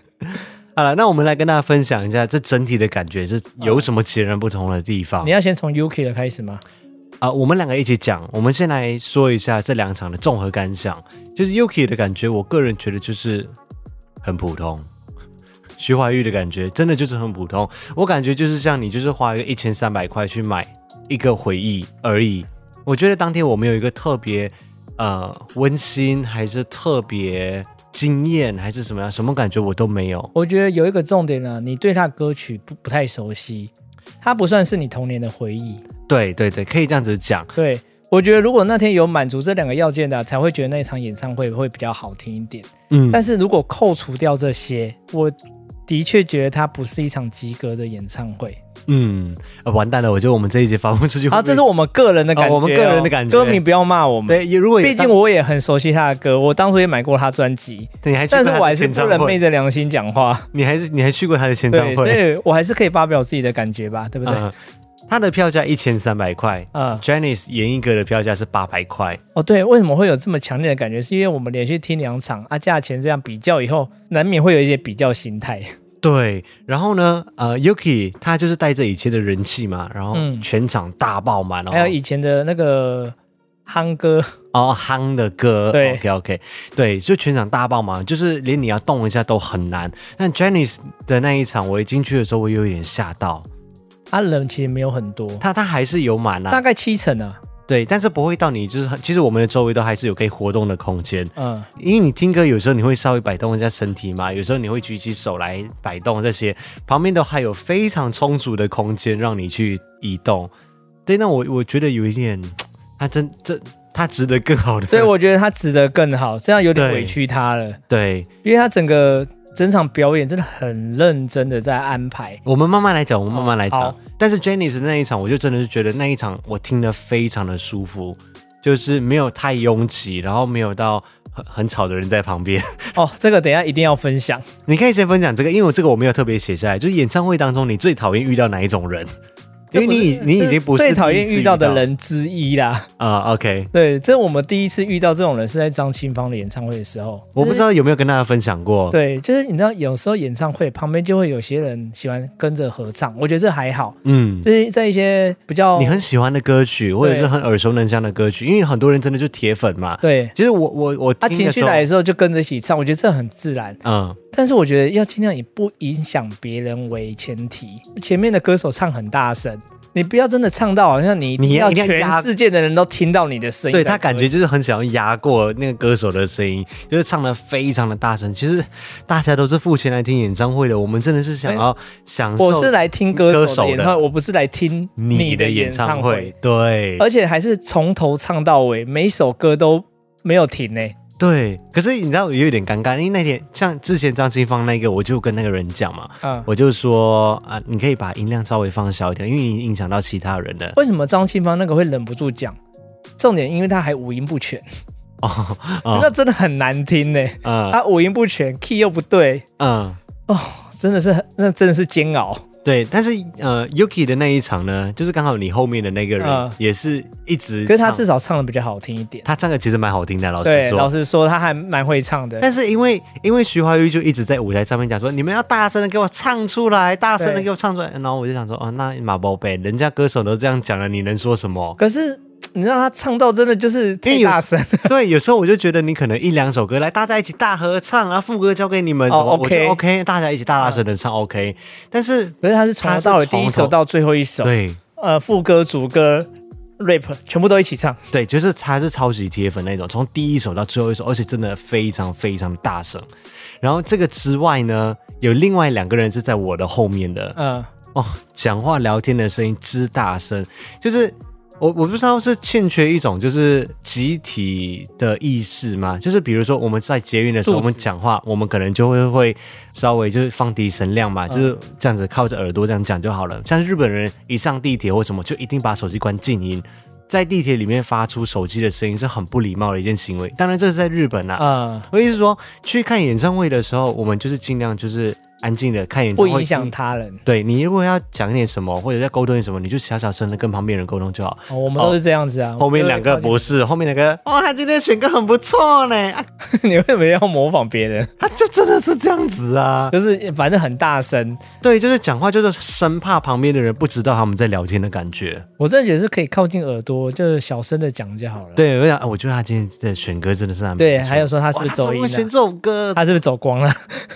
Speaker 1: 好了，那我们来跟大家分享一下这整体的感觉是有什么截然不同的地方
Speaker 2: 你要先从 UK 的开始吗？
Speaker 1: 啊、我们两个一起讲，我们先来说一下这两场的综合感想。就是 Yuki 的感觉，我个人觉得就是很普通， (laughs) 徐怀钰的感觉，真的就是很普通。我感觉就是像你，就是花一个一千三百块去买一个回忆而已。我觉得当天我没有一个特别呃温馨，还是特别惊艳，还是什么样，什么感觉我都没有。
Speaker 2: 我觉得有一个重点呢，你对他的歌曲不不太熟悉，它不算是你童年的回忆。
Speaker 1: 对对对，可以这样子讲。
Speaker 2: 对，我觉得如果那天有满足这两个要件的啊、才会觉得那场演唱会会比较好听一点。
Speaker 1: 嗯，
Speaker 2: 但是如果扣除掉这些，我的确觉得它不是一场及格的演唱会。
Speaker 1: 嗯、呃完蛋了，我觉得我们这一节发布出去会
Speaker 2: 啊，
Speaker 1: 不
Speaker 2: 这
Speaker 1: 会
Speaker 2: 是我们个人的感
Speaker 1: 哦
Speaker 2: 觉、
Speaker 1: 我们个人的感觉
Speaker 2: 歌迷不要骂我们。
Speaker 1: 对，如果有
Speaker 2: 毕竟
Speaker 1: 当
Speaker 2: 我也很熟悉他的歌，我当初也买过他专辑，
Speaker 1: 你还去
Speaker 2: 但是
Speaker 1: 过他的
Speaker 2: 我还是
Speaker 1: 演
Speaker 2: 不
Speaker 1: 唱
Speaker 2: 能
Speaker 1: 会
Speaker 2: 昧着良心讲话。
Speaker 1: 你还是你还去过他的签唱
Speaker 2: 对，所
Speaker 1: 会，
Speaker 2: 以我还是可以发表自己的感觉吧，对不对？
Speaker 1: 嗯，他的票价一千三百块
Speaker 2: 嗯，
Speaker 1: ，Janice 演一哥的票价是八百块，
Speaker 2: 哦，对，为什么会有这么强烈的感觉？是因为我们连续听两场啊，价钱这样比较以后，难免会有一些比较心态。
Speaker 1: 对，然后呢，呃，Yuki 他就是带着以前的人气嘛，然后
Speaker 2: 嗯
Speaker 1: 全场大爆满哦，
Speaker 2: 还有以前的那个夯哥，
Speaker 1: 哦夯的歌，
Speaker 2: 对
Speaker 1: ，OK OK，对，就全场大爆满，就是连你要动一下都很难。但 Janice 的那一场，我一进去的时候，我有一点吓到，
Speaker 2: 他人啊其实没有很多，
Speaker 1: 他他还是有满
Speaker 2: 大
Speaker 1: 啊，
Speaker 2: 概七成啊。
Speaker 1: 对，但是不会到你就是很，其实我们的周围都还是有可以活动的空间。
Speaker 2: 嗯，
Speaker 1: 因为你听歌有时候你会稍微摆动一下身体嘛，有时候你会举起手来摆动这些，旁边都还有非常充足的空间让你去移动。对，那我我觉得有一点，他真这他值得更好的。
Speaker 2: 对，我觉得他值得更好，这样有点
Speaker 1: 对
Speaker 2: 委屈他了，
Speaker 1: (laughs) 对
Speaker 2: 因为他整个整场表演真的很认真的在安排。
Speaker 1: 我们慢慢来讲，我们慢慢来讲。
Speaker 2: 好
Speaker 1: 但是 Jennice 那一场，我就真的是觉得那一场我听得非常的舒服，就是没有太拥挤，然后没有到很很吵的人在旁边。
Speaker 2: 哦，这个等一下一定要分享。
Speaker 1: 你可以先分享这个，因为我这个我没有特别写下来。就是演唱会当中，你最讨厌遇到哪一种人？因为你已你已经不是
Speaker 2: 最讨厌
Speaker 1: 第一次
Speaker 2: 遇到的人之一啦。
Speaker 1: 啊、o k
Speaker 2: 对，这我们第一次遇到这种人是在张清芳的演唱会的时候。
Speaker 1: 我不知道有没有跟大家分享过。
Speaker 2: 对，就是你知道，有时候演唱会旁边就会有些人喜欢跟着合唱，我觉得这还好，
Speaker 1: 嗯，
Speaker 2: 就是在一些比较
Speaker 1: 你很喜欢的歌曲，或者是
Speaker 2: 对
Speaker 1: 很耳熟能详的歌曲，因为很多人真的就铁粉嘛。
Speaker 2: 对
Speaker 1: 其实我我我
Speaker 2: 他
Speaker 1: 听
Speaker 2: 情
Speaker 1: 的时
Speaker 2: 绪
Speaker 1: 候
Speaker 2: 来的时候就跟着一起唱，我觉得这很自然。
Speaker 1: 嗯，
Speaker 2: 但是我觉得要尽量以不影响别人为前提，前面的歌手唱很大声。你不要真的唱到好像你
Speaker 1: 你
Speaker 2: 要
Speaker 1: 一定要
Speaker 2: 全
Speaker 1: 压
Speaker 2: 世界的人都听到你的声音才可以，
Speaker 1: 对他感觉就是很想要压过那个歌手的声音，就是唱的非常的大声。其实大家都是付钱来听演唱会的，我们真的是想要享受
Speaker 2: 哎我是来听歌
Speaker 1: 歌
Speaker 2: 手
Speaker 1: 手的
Speaker 2: 的演唱会，我不是来听
Speaker 1: 你
Speaker 2: 的
Speaker 1: 的演
Speaker 2: 唱
Speaker 1: 唱会，，对，
Speaker 2: 而且还是从头唱到尾，每一首歌都没有停欸呢、
Speaker 1: 对，可是你知道也有点尴尬，因为那天像之前张清芳那个，我就跟那个人讲嘛，
Speaker 2: 啊，
Speaker 1: 我就说啊，你可以把音量稍微放小一点，因为你影响到其他人
Speaker 2: (laughs)
Speaker 1: 了。
Speaker 2: 为什么张清芳那个会忍不住讲？重点，因为他还五音不全，
Speaker 1: 哦，
Speaker 2: 那真的很难听呢、
Speaker 1: 嗯
Speaker 2: 他五音不全，key 又不对，
Speaker 1: 嗯，
Speaker 2: 真的是很，那真的是煎熬。
Speaker 1: 对，但是呃，Yuki 的那一场呢，就是刚好你后面的那个人
Speaker 2: 嗯
Speaker 1: 也是一直唱，
Speaker 2: 可是他至少唱的比较好听一点。
Speaker 1: 他唱歌其实蛮好听的，老
Speaker 2: 对
Speaker 1: 实，
Speaker 2: 老
Speaker 1: 说。
Speaker 2: 实说，他还蛮会唱的。
Speaker 1: 但是因为因为徐怀钰就一直在舞台上面讲说，你们要大声的给我唱出来，大声的
Speaker 2: 对
Speaker 1: 给我唱出来。然后我就想说，哦，那马宝贝，人家歌手都这样讲了，你能说什么？
Speaker 2: 可是你知道他唱到真的就是
Speaker 1: 因
Speaker 2: 太
Speaker 1: 为有
Speaker 2: 大声，
Speaker 1: (laughs) 对，有时候我就觉得你可能一两首歌来，大家一起大合唱，然后副歌交给你们，
Speaker 2: 哦
Speaker 1: 什么我觉得
Speaker 2: OK 嗯
Speaker 1: OK，大家一起大大声的唱 OK。但是
Speaker 2: 可是他是从头到
Speaker 1: 他是
Speaker 2: 尾
Speaker 1: 从
Speaker 2: 第一
Speaker 1: 头
Speaker 2: 首到最后一首，
Speaker 1: 对
Speaker 2: 呃，副歌、主歌、rap 全部都一起唱。
Speaker 1: 对，就是他是超级铁粉那种，从第一首到最后一首，而且真的非常非常大声。然后这个之外呢，有另外两个人是在我的后面的，
Speaker 2: 嗯，
Speaker 1: 哦，讲话聊天的声音之大声，就是我我不知道是欠缺一种就是集体的意识吗？就是比如说我们在捷运的时候，
Speaker 2: 柱
Speaker 1: 我
Speaker 2: 子
Speaker 1: 们讲话，我们可能就会会稍微就是放低声量
Speaker 2: 嗯
Speaker 1: 嘛，就是这样子靠着耳朵这样讲就好了。像日本人一上地铁或什么，就一定把手机关静音。在地铁里面发出手机的声音是很不礼貌的一件行为，当然这是在日本啊。
Speaker 2: 嗯，
Speaker 1: 我意思是说，去看演唱会的时候，我们就是尽量就是安静的看演唱
Speaker 2: 不
Speaker 1: 会，嗯
Speaker 2: 影响他人。
Speaker 1: 对你如果要讲一点什么，或者要沟通点什么，你就小小声的跟旁边人沟通就好。
Speaker 2: 哦我们都是这样子啊。
Speaker 1: 后面
Speaker 2: 我们
Speaker 1: 两
Speaker 2: 都
Speaker 1: 个
Speaker 2: 会靠近
Speaker 1: 不是，后面两个哦，他今天选歌很不错呢，啊，
Speaker 2: (laughs) 你为什么要模仿别人？
Speaker 1: 他就真的是这样子啊。
Speaker 2: 就是反正很大声，
Speaker 1: 对，就是讲话就是生怕旁边的人不知道他们在聊天的感觉。
Speaker 2: 我真的觉得是可以靠近耳朵，就是小声的讲就好了。
Speaker 1: 对，我想，啊我觉得他今天的选歌真的是还蛮不
Speaker 2: 对，
Speaker 1: 错
Speaker 2: 还有说他是
Speaker 1: 哇
Speaker 2: 不是走
Speaker 1: 怎
Speaker 2: 音啊
Speaker 1: 么
Speaker 2: 了、
Speaker 1: 选这首歌
Speaker 2: 他是不是走光了？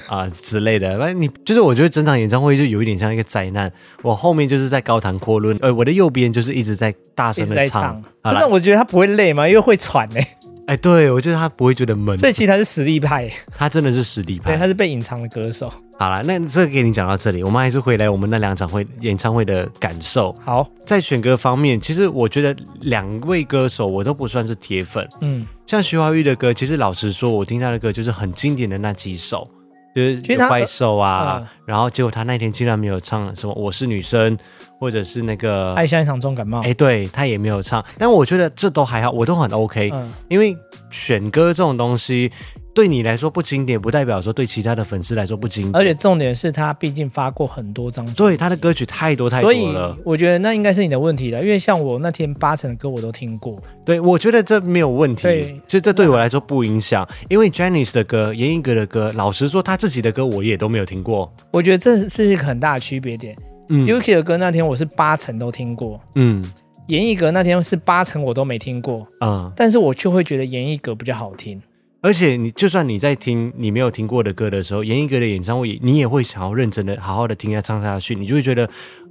Speaker 1: 啊之类的，反啊，你就是我觉得整场演唱会就有一点像一个灾难。我后面就是在高谈阔论，呃，我的右边就是一直在大
Speaker 2: 一
Speaker 1: 声
Speaker 2: 直
Speaker 1: 的
Speaker 2: (laughs) 在
Speaker 1: 唱
Speaker 2: 唱。。
Speaker 1: 好
Speaker 2: 那
Speaker 1: 了，
Speaker 2: 我觉得他不会累吗？因为会喘欸呢、
Speaker 1: 哎，对我觉得他不会觉得闷，
Speaker 2: 所以其实他是实力派、
Speaker 1: 他真的是实力
Speaker 2: 对，
Speaker 1: 派
Speaker 2: 他。是被隐藏的歌手。
Speaker 1: 好了，那这个给你讲到这里，我们还是回来我们那两场会演唱会的感受。
Speaker 2: 好，
Speaker 1: 在选歌方面，其实我觉得两位歌手我都不算是铁粉，
Speaker 2: 嗯，
Speaker 1: 像徐怀钰的歌，其实老实说，我听他的歌就是很经典的那几首，就是
Speaker 2: 其实他
Speaker 1: 怪兽啊
Speaker 2: 嗯，
Speaker 1: 然后结果他那天竟然没有唱什么我是女生，或者是那个
Speaker 2: 啊爱像一场重感冒。
Speaker 1: 哎，对他也没有唱，但我觉得这都还好，我都很 OK，、
Speaker 2: 嗯，
Speaker 1: 因为选歌这种东西对你来说不经典，不代表说对其他的粉丝来说不经典，
Speaker 2: 而且重点是他毕竟发过很多张专辑，
Speaker 1: 对他的歌曲太多太多
Speaker 2: 所以
Speaker 1: 了，
Speaker 2: 我觉得那应该是你的问题了，因为像我那天八成的歌我都听过，
Speaker 1: 对，我觉得这没有问
Speaker 2: 对
Speaker 1: 题，就这对我来说不影响，因为 Janice 的歌、严艺格的歌，老实说，他自己的歌我也都没有听过。
Speaker 2: 我觉得这是一个很大的区别点。
Speaker 1: 嗯
Speaker 2: Yuki 的歌那天我是八成都听过，
Speaker 1: 嗯
Speaker 2: 严艺格那天是八成我都没听过，
Speaker 1: 嗯，
Speaker 2: 但是我却会觉得严艺格比较好听。
Speaker 1: 而且你就算你在听你没有听过的歌的时候，严艺格的演唱会，你也会想要认真的、好好的听他唱下去，你就会觉得，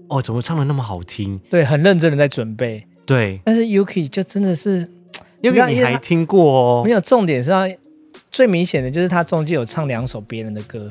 Speaker 1: 哦，怎么唱的那么好听？
Speaker 2: 对，很认真的在准备，
Speaker 1: 对，
Speaker 2: 但是 Yuki 就真的是
Speaker 1: 因
Speaker 2: 知道
Speaker 1: 为你
Speaker 2: 因为
Speaker 1: 还
Speaker 2: 他
Speaker 1: 听过哦
Speaker 2: 没有重点是他最明显的就是他中间有唱两首别人的歌，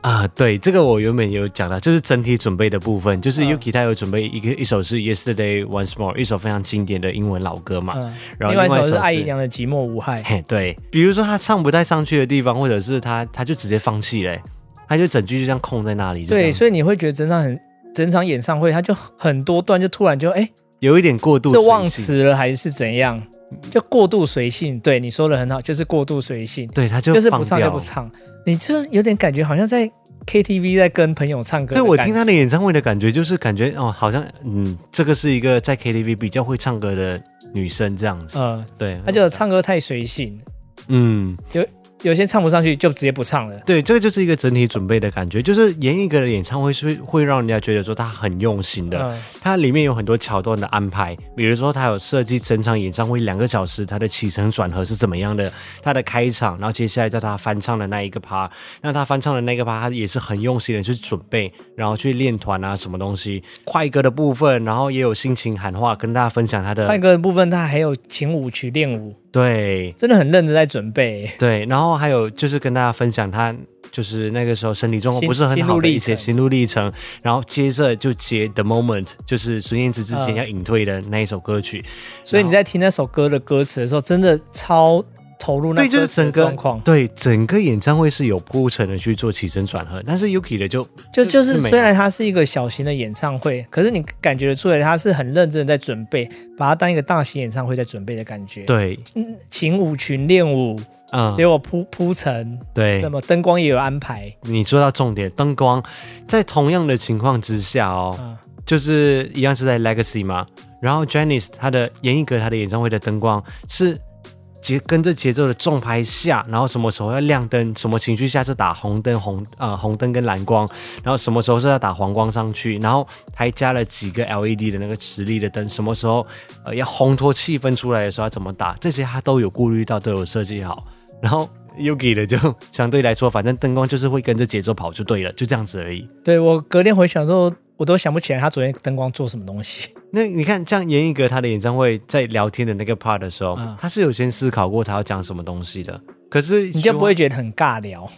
Speaker 1: 啊，对，这个我原本有讲到，就是整体准备的部分，就是
Speaker 2: 嗯
Speaker 1: Yuki 他有准备一个一首是 Yesterday Once More，一首非常经典的英文老歌嘛，
Speaker 2: 嗯，
Speaker 1: 然后
Speaker 2: 另外
Speaker 1: 另外一
Speaker 2: 一首
Speaker 1: 首
Speaker 2: 是
Speaker 1: 是
Speaker 2: 艾怡良的《寂寞无害》，
Speaker 1: 嘿，对，比如说他唱不太上去的地方，或者是他他就直接放弃嘞、他就整句就这样空在那里，就这
Speaker 2: 对，
Speaker 1: 样
Speaker 2: 所以你会觉得整场很整场演唱会，他就很多段就突然就哎。
Speaker 1: 有一点过度
Speaker 2: 是
Speaker 1: 随
Speaker 2: 忘
Speaker 1: 性，嗯
Speaker 2: 词了还是怎样？就过度随性。对你说的很好，就是过度随性，
Speaker 1: 对，他就
Speaker 2: 就是
Speaker 1: 放
Speaker 2: 不唱就
Speaker 1: 掉
Speaker 2: 不唱。你这有点感觉好像在 KTV 在跟朋友唱歌。
Speaker 1: 对我听，他的演唱会的感觉，就是感觉哦，好像嗯，这个是一个在 KTV 比较会唱歌的女生这样子。
Speaker 2: 呃，
Speaker 1: 对，
Speaker 2: 他就唱歌太随性，
Speaker 1: 嗯，
Speaker 2: 有些唱不上去就直接不唱了。
Speaker 1: 对，这个就是一个整体准备的感觉，就是严艺格的演唱会是会会让人家觉得说他很用心的，
Speaker 2: 嗯，
Speaker 1: 它里面有很多桥段的安排，比如说它有设计整场演唱会两个小时它的起承转合是怎么样的，它的开场，然后接下来到它翻唱的那一个趴，那它翻唱的那个趴，它也是很用心的去准备，然后去练团啊什么东西，快歌的部分，然后也有心情喊话跟大家分享他的
Speaker 2: 快歌的部分他还有请舞曲练舞，
Speaker 1: 对
Speaker 2: 真的很认真在准备。
Speaker 1: 对，然后还有就是跟大家分享他。就是那个时候身体状况
Speaker 2: 心
Speaker 1: 不是很好的一些
Speaker 2: 心
Speaker 1: 心路历程，然后接着就接《The Moment》，就是孙燕姿之前
Speaker 2: 嗯
Speaker 1: 要隐退的那一首歌曲，
Speaker 2: 所以你在听那首歌的歌词的时候，真的超投入那
Speaker 1: 对，就是
Speaker 2: 歌词的
Speaker 1: 整个
Speaker 2: 状况。
Speaker 1: 对整个演唱会是有铺陈的去做起承转合，但是 Yuki 的就
Speaker 2: 就就
Speaker 1: 就是啊没
Speaker 2: 虽
Speaker 1: 了
Speaker 2: 然它是一个小型的演唱会，可是你感觉得出来，他是很认真的在准备，把它当一个大型演唱会在准备的感觉。，
Speaker 1: 对，
Speaker 2: 请舞群练舞，
Speaker 1: 嗯，
Speaker 2: 结果铺铺陈，
Speaker 1: 对
Speaker 2: 那，么灯光也有安排。
Speaker 1: 你说到重点，灯光在同样的情况之下哦，
Speaker 2: 嗯
Speaker 1: 就是一样是在 Legacy 嘛，然后 Janice 她的严艺格她的演唱会的灯光是。节跟着节奏的重拍下，然后什么时候要亮灯，什么情绪下是打红灯红呃红灯跟蓝光，然后什么时候是要打黄光上去，然后还加了几个 LED 的那个直立的灯，什么时候呃要烘托气氛出来的时候要怎么打，这些他都有顾虑到，都有设计好。然后 Yuki 的就 (laughs) 相对来说，反正灯光就是会跟着节奏跑就对了，就这样子而已。
Speaker 2: 对我隔天回想的时候，我都想不起来他昨天灯光做什么
Speaker 1: (laughs)
Speaker 2: 东西。
Speaker 1: 那你看，像严艺格他的演唱会在聊天的那个 part 的时候，
Speaker 2: 嗯
Speaker 1: 他是有先思考过他要讲什么东西的。可是
Speaker 2: 你就不会觉得很尬聊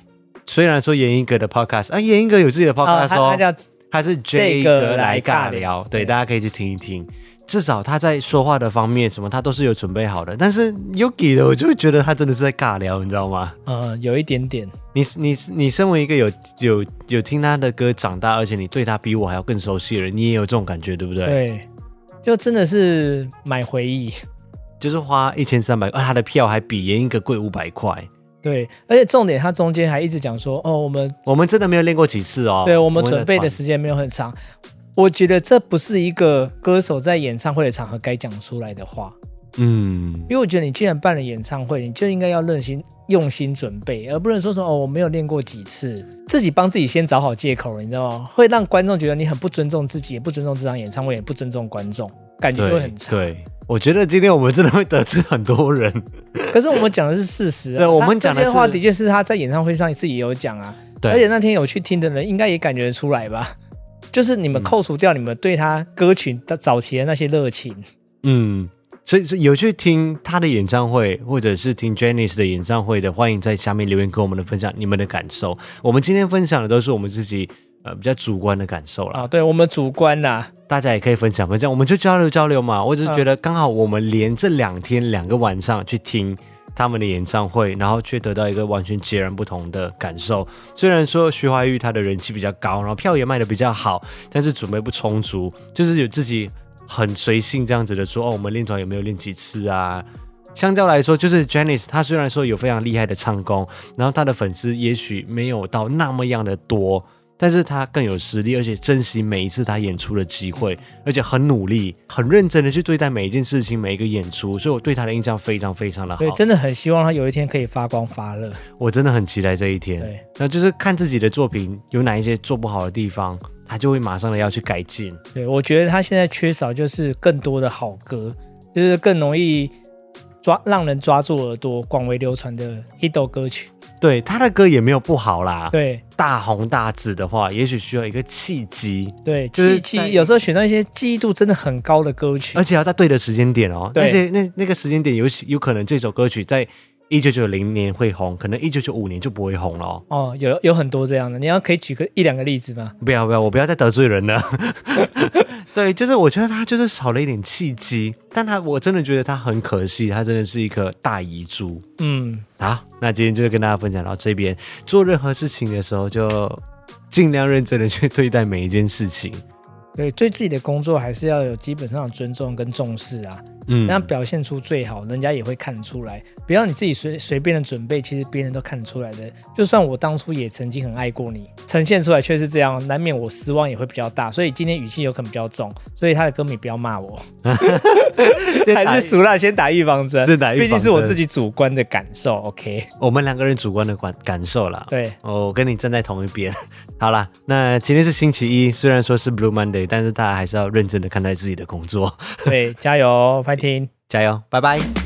Speaker 1: 虽然说严艺格的 podcast 啊，严艺格有自己的
Speaker 2: 啊？
Speaker 1: podcast
Speaker 2: 他
Speaker 1: 哦，
Speaker 2: 他叫
Speaker 1: 他是 J
Speaker 2: 这
Speaker 1: 哥
Speaker 2: 个
Speaker 1: 来
Speaker 2: 来
Speaker 1: 尬
Speaker 2: 尬
Speaker 1: 聊
Speaker 2: 聊，
Speaker 1: 对，
Speaker 2: 对
Speaker 1: 大家可以去听一听。至少他在说话的方面，什么他都是有准备好的。但是 Yuki 的，我就会觉得他真的是在尬聊，你知道吗？
Speaker 2: 呃，有一点点。
Speaker 1: 你你你身为一个有有有听他的歌长大，而且你对他比我还要更熟悉的人，你也有这种感觉，对不对？
Speaker 2: 对，就真的是买回忆。
Speaker 1: 就是花一千三百，啊，他的票还比严一个贵五百块。
Speaker 2: 对，而且重点，他中间还一直讲说，哦，我们
Speaker 1: 我们真的没有练过几次哦。
Speaker 2: 对我们准备的
Speaker 1: 团
Speaker 2: 时间没有很长，我觉得这不是一个歌手在演唱会的场合该讲出来的话，
Speaker 1: 嗯，
Speaker 2: 因为我觉得你既然办了演唱会，你就应该要认心用心准备，而不能说说哦我没有练过几次，自己帮自己先找好借口了，你知道吗？会让观众觉得你很不尊重自己，也不尊重这场演唱会，也不尊重观众，感觉会
Speaker 1: 对
Speaker 2: 很差。
Speaker 1: 对，我觉得今天我们真的会得知很多人。
Speaker 2: 可是我们讲的是事实、啊，
Speaker 1: 对我们
Speaker 2: 他
Speaker 1: 讲的
Speaker 2: 这些话
Speaker 1: 是
Speaker 2: 的确是他在演唱会上自己有讲啊，
Speaker 1: 对
Speaker 2: 而且那天有去听的人，应该也感觉得出来吧？ (laughs) 就是
Speaker 1: 嗯
Speaker 2: 你们扣除掉你们对他歌曲的早期的那些热情，
Speaker 1: 嗯，所以所以有去听他的演唱会，或者是听 Janice 的演唱会的，欢迎在下面留言跟我们的分享你们的感受。我们今天分享的都是我们自己呃比较主观的感受啦，
Speaker 2: 啊，对我们主观啦，
Speaker 1: 大家也可以分享分享，我们就交流交流嘛。我只是觉得刚好我们连这两天两个晚上去听。他们的演唱会，然后却得到一个完全截然不同的感受。虽然说徐怀钰她的人气比较高，然后票也卖的比较好，但是准备不充足，就是有自己很随性这样子的说，哦，我们练团有没有练几次啊？相较来说，就是 Janice，她虽然说有非常厉害的唱功，然后她的粉丝也许没有到那么样的多，但是她更有实力，而且珍惜每一次她演出的机会，而且很努力、很认真的去对待每一件事情、每一个演出，所以我对她的印象非常非常的好
Speaker 2: 对，。真的很希望他有一天可以发光发热，
Speaker 1: 我真的很期待这一天。
Speaker 2: 对，
Speaker 1: 那就是看自己的作品有哪一些做不好的地方，她就会马上的要去改进。
Speaker 2: 对我觉得他现在缺少就是更多的好歌，就是更容易抓让人抓住耳朵、广为流传的一首歌曲，
Speaker 1: 对她的歌也没有不好啦，
Speaker 2: 对
Speaker 1: 大红大紫的话，也许需要一个契机，
Speaker 2: 对，
Speaker 1: 就是
Speaker 2: 记
Speaker 1: 在哎
Speaker 2: 记有时候选到一些记忆度真的很高的歌曲
Speaker 1: 而，且要在对的时间点哦。
Speaker 2: 对
Speaker 1: 而且那那个时间点有有可能这首歌曲在一九九零年会红，可能一九九五年就不会红了、哦。
Speaker 2: 哦，有有很多这样的，你要可以举个一两个例子吗？
Speaker 1: 不要不要，我不要再得罪人
Speaker 2: (laughs)
Speaker 1: 了。对，就是我觉得他就是少了一点契机，但他我真的觉得他很可惜，他真的是一颗大遗珠。
Speaker 2: 嗯，
Speaker 1: 好，那今天就跟大家分享到这边。做任何事情的时候，就尽量认真的去对待每一件事情。
Speaker 2: 对，对自己的工作还是要有基本上的尊重跟重视啊，
Speaker 1: 嗯
Speaker 2: 那样表现出最好，人家也会看得出来。不要你自己随随便的准备，其实别人都看得出来的。就算我当初也曾经很爱过你，呈现出来却是这样，难免我失望也会比较大。所以今天语气有可能比较重，所以他的歌迷不要
Speaker 1: (laughs)
Speaker 2: 骂我，还是
Speaker 1: 是
Speaker 2: 熟了先打预防针，
Speaker 1: 先打预防针
Speaker 2: 毕竟是我自己主观的感受。OK，
Speaker 1: 我们两个人主观的感感受啦。
Speaker 2: 对，
Speaker 1: 哦，我跟你站在同一边。 (laughs) 好啦，那今天是星期一，虽然说是 Blue Monday，但是大家还是要认真的看待自己的工作，
Speaker 2: 对，加油，fighting！
Speaker 1: 加油，拜拜。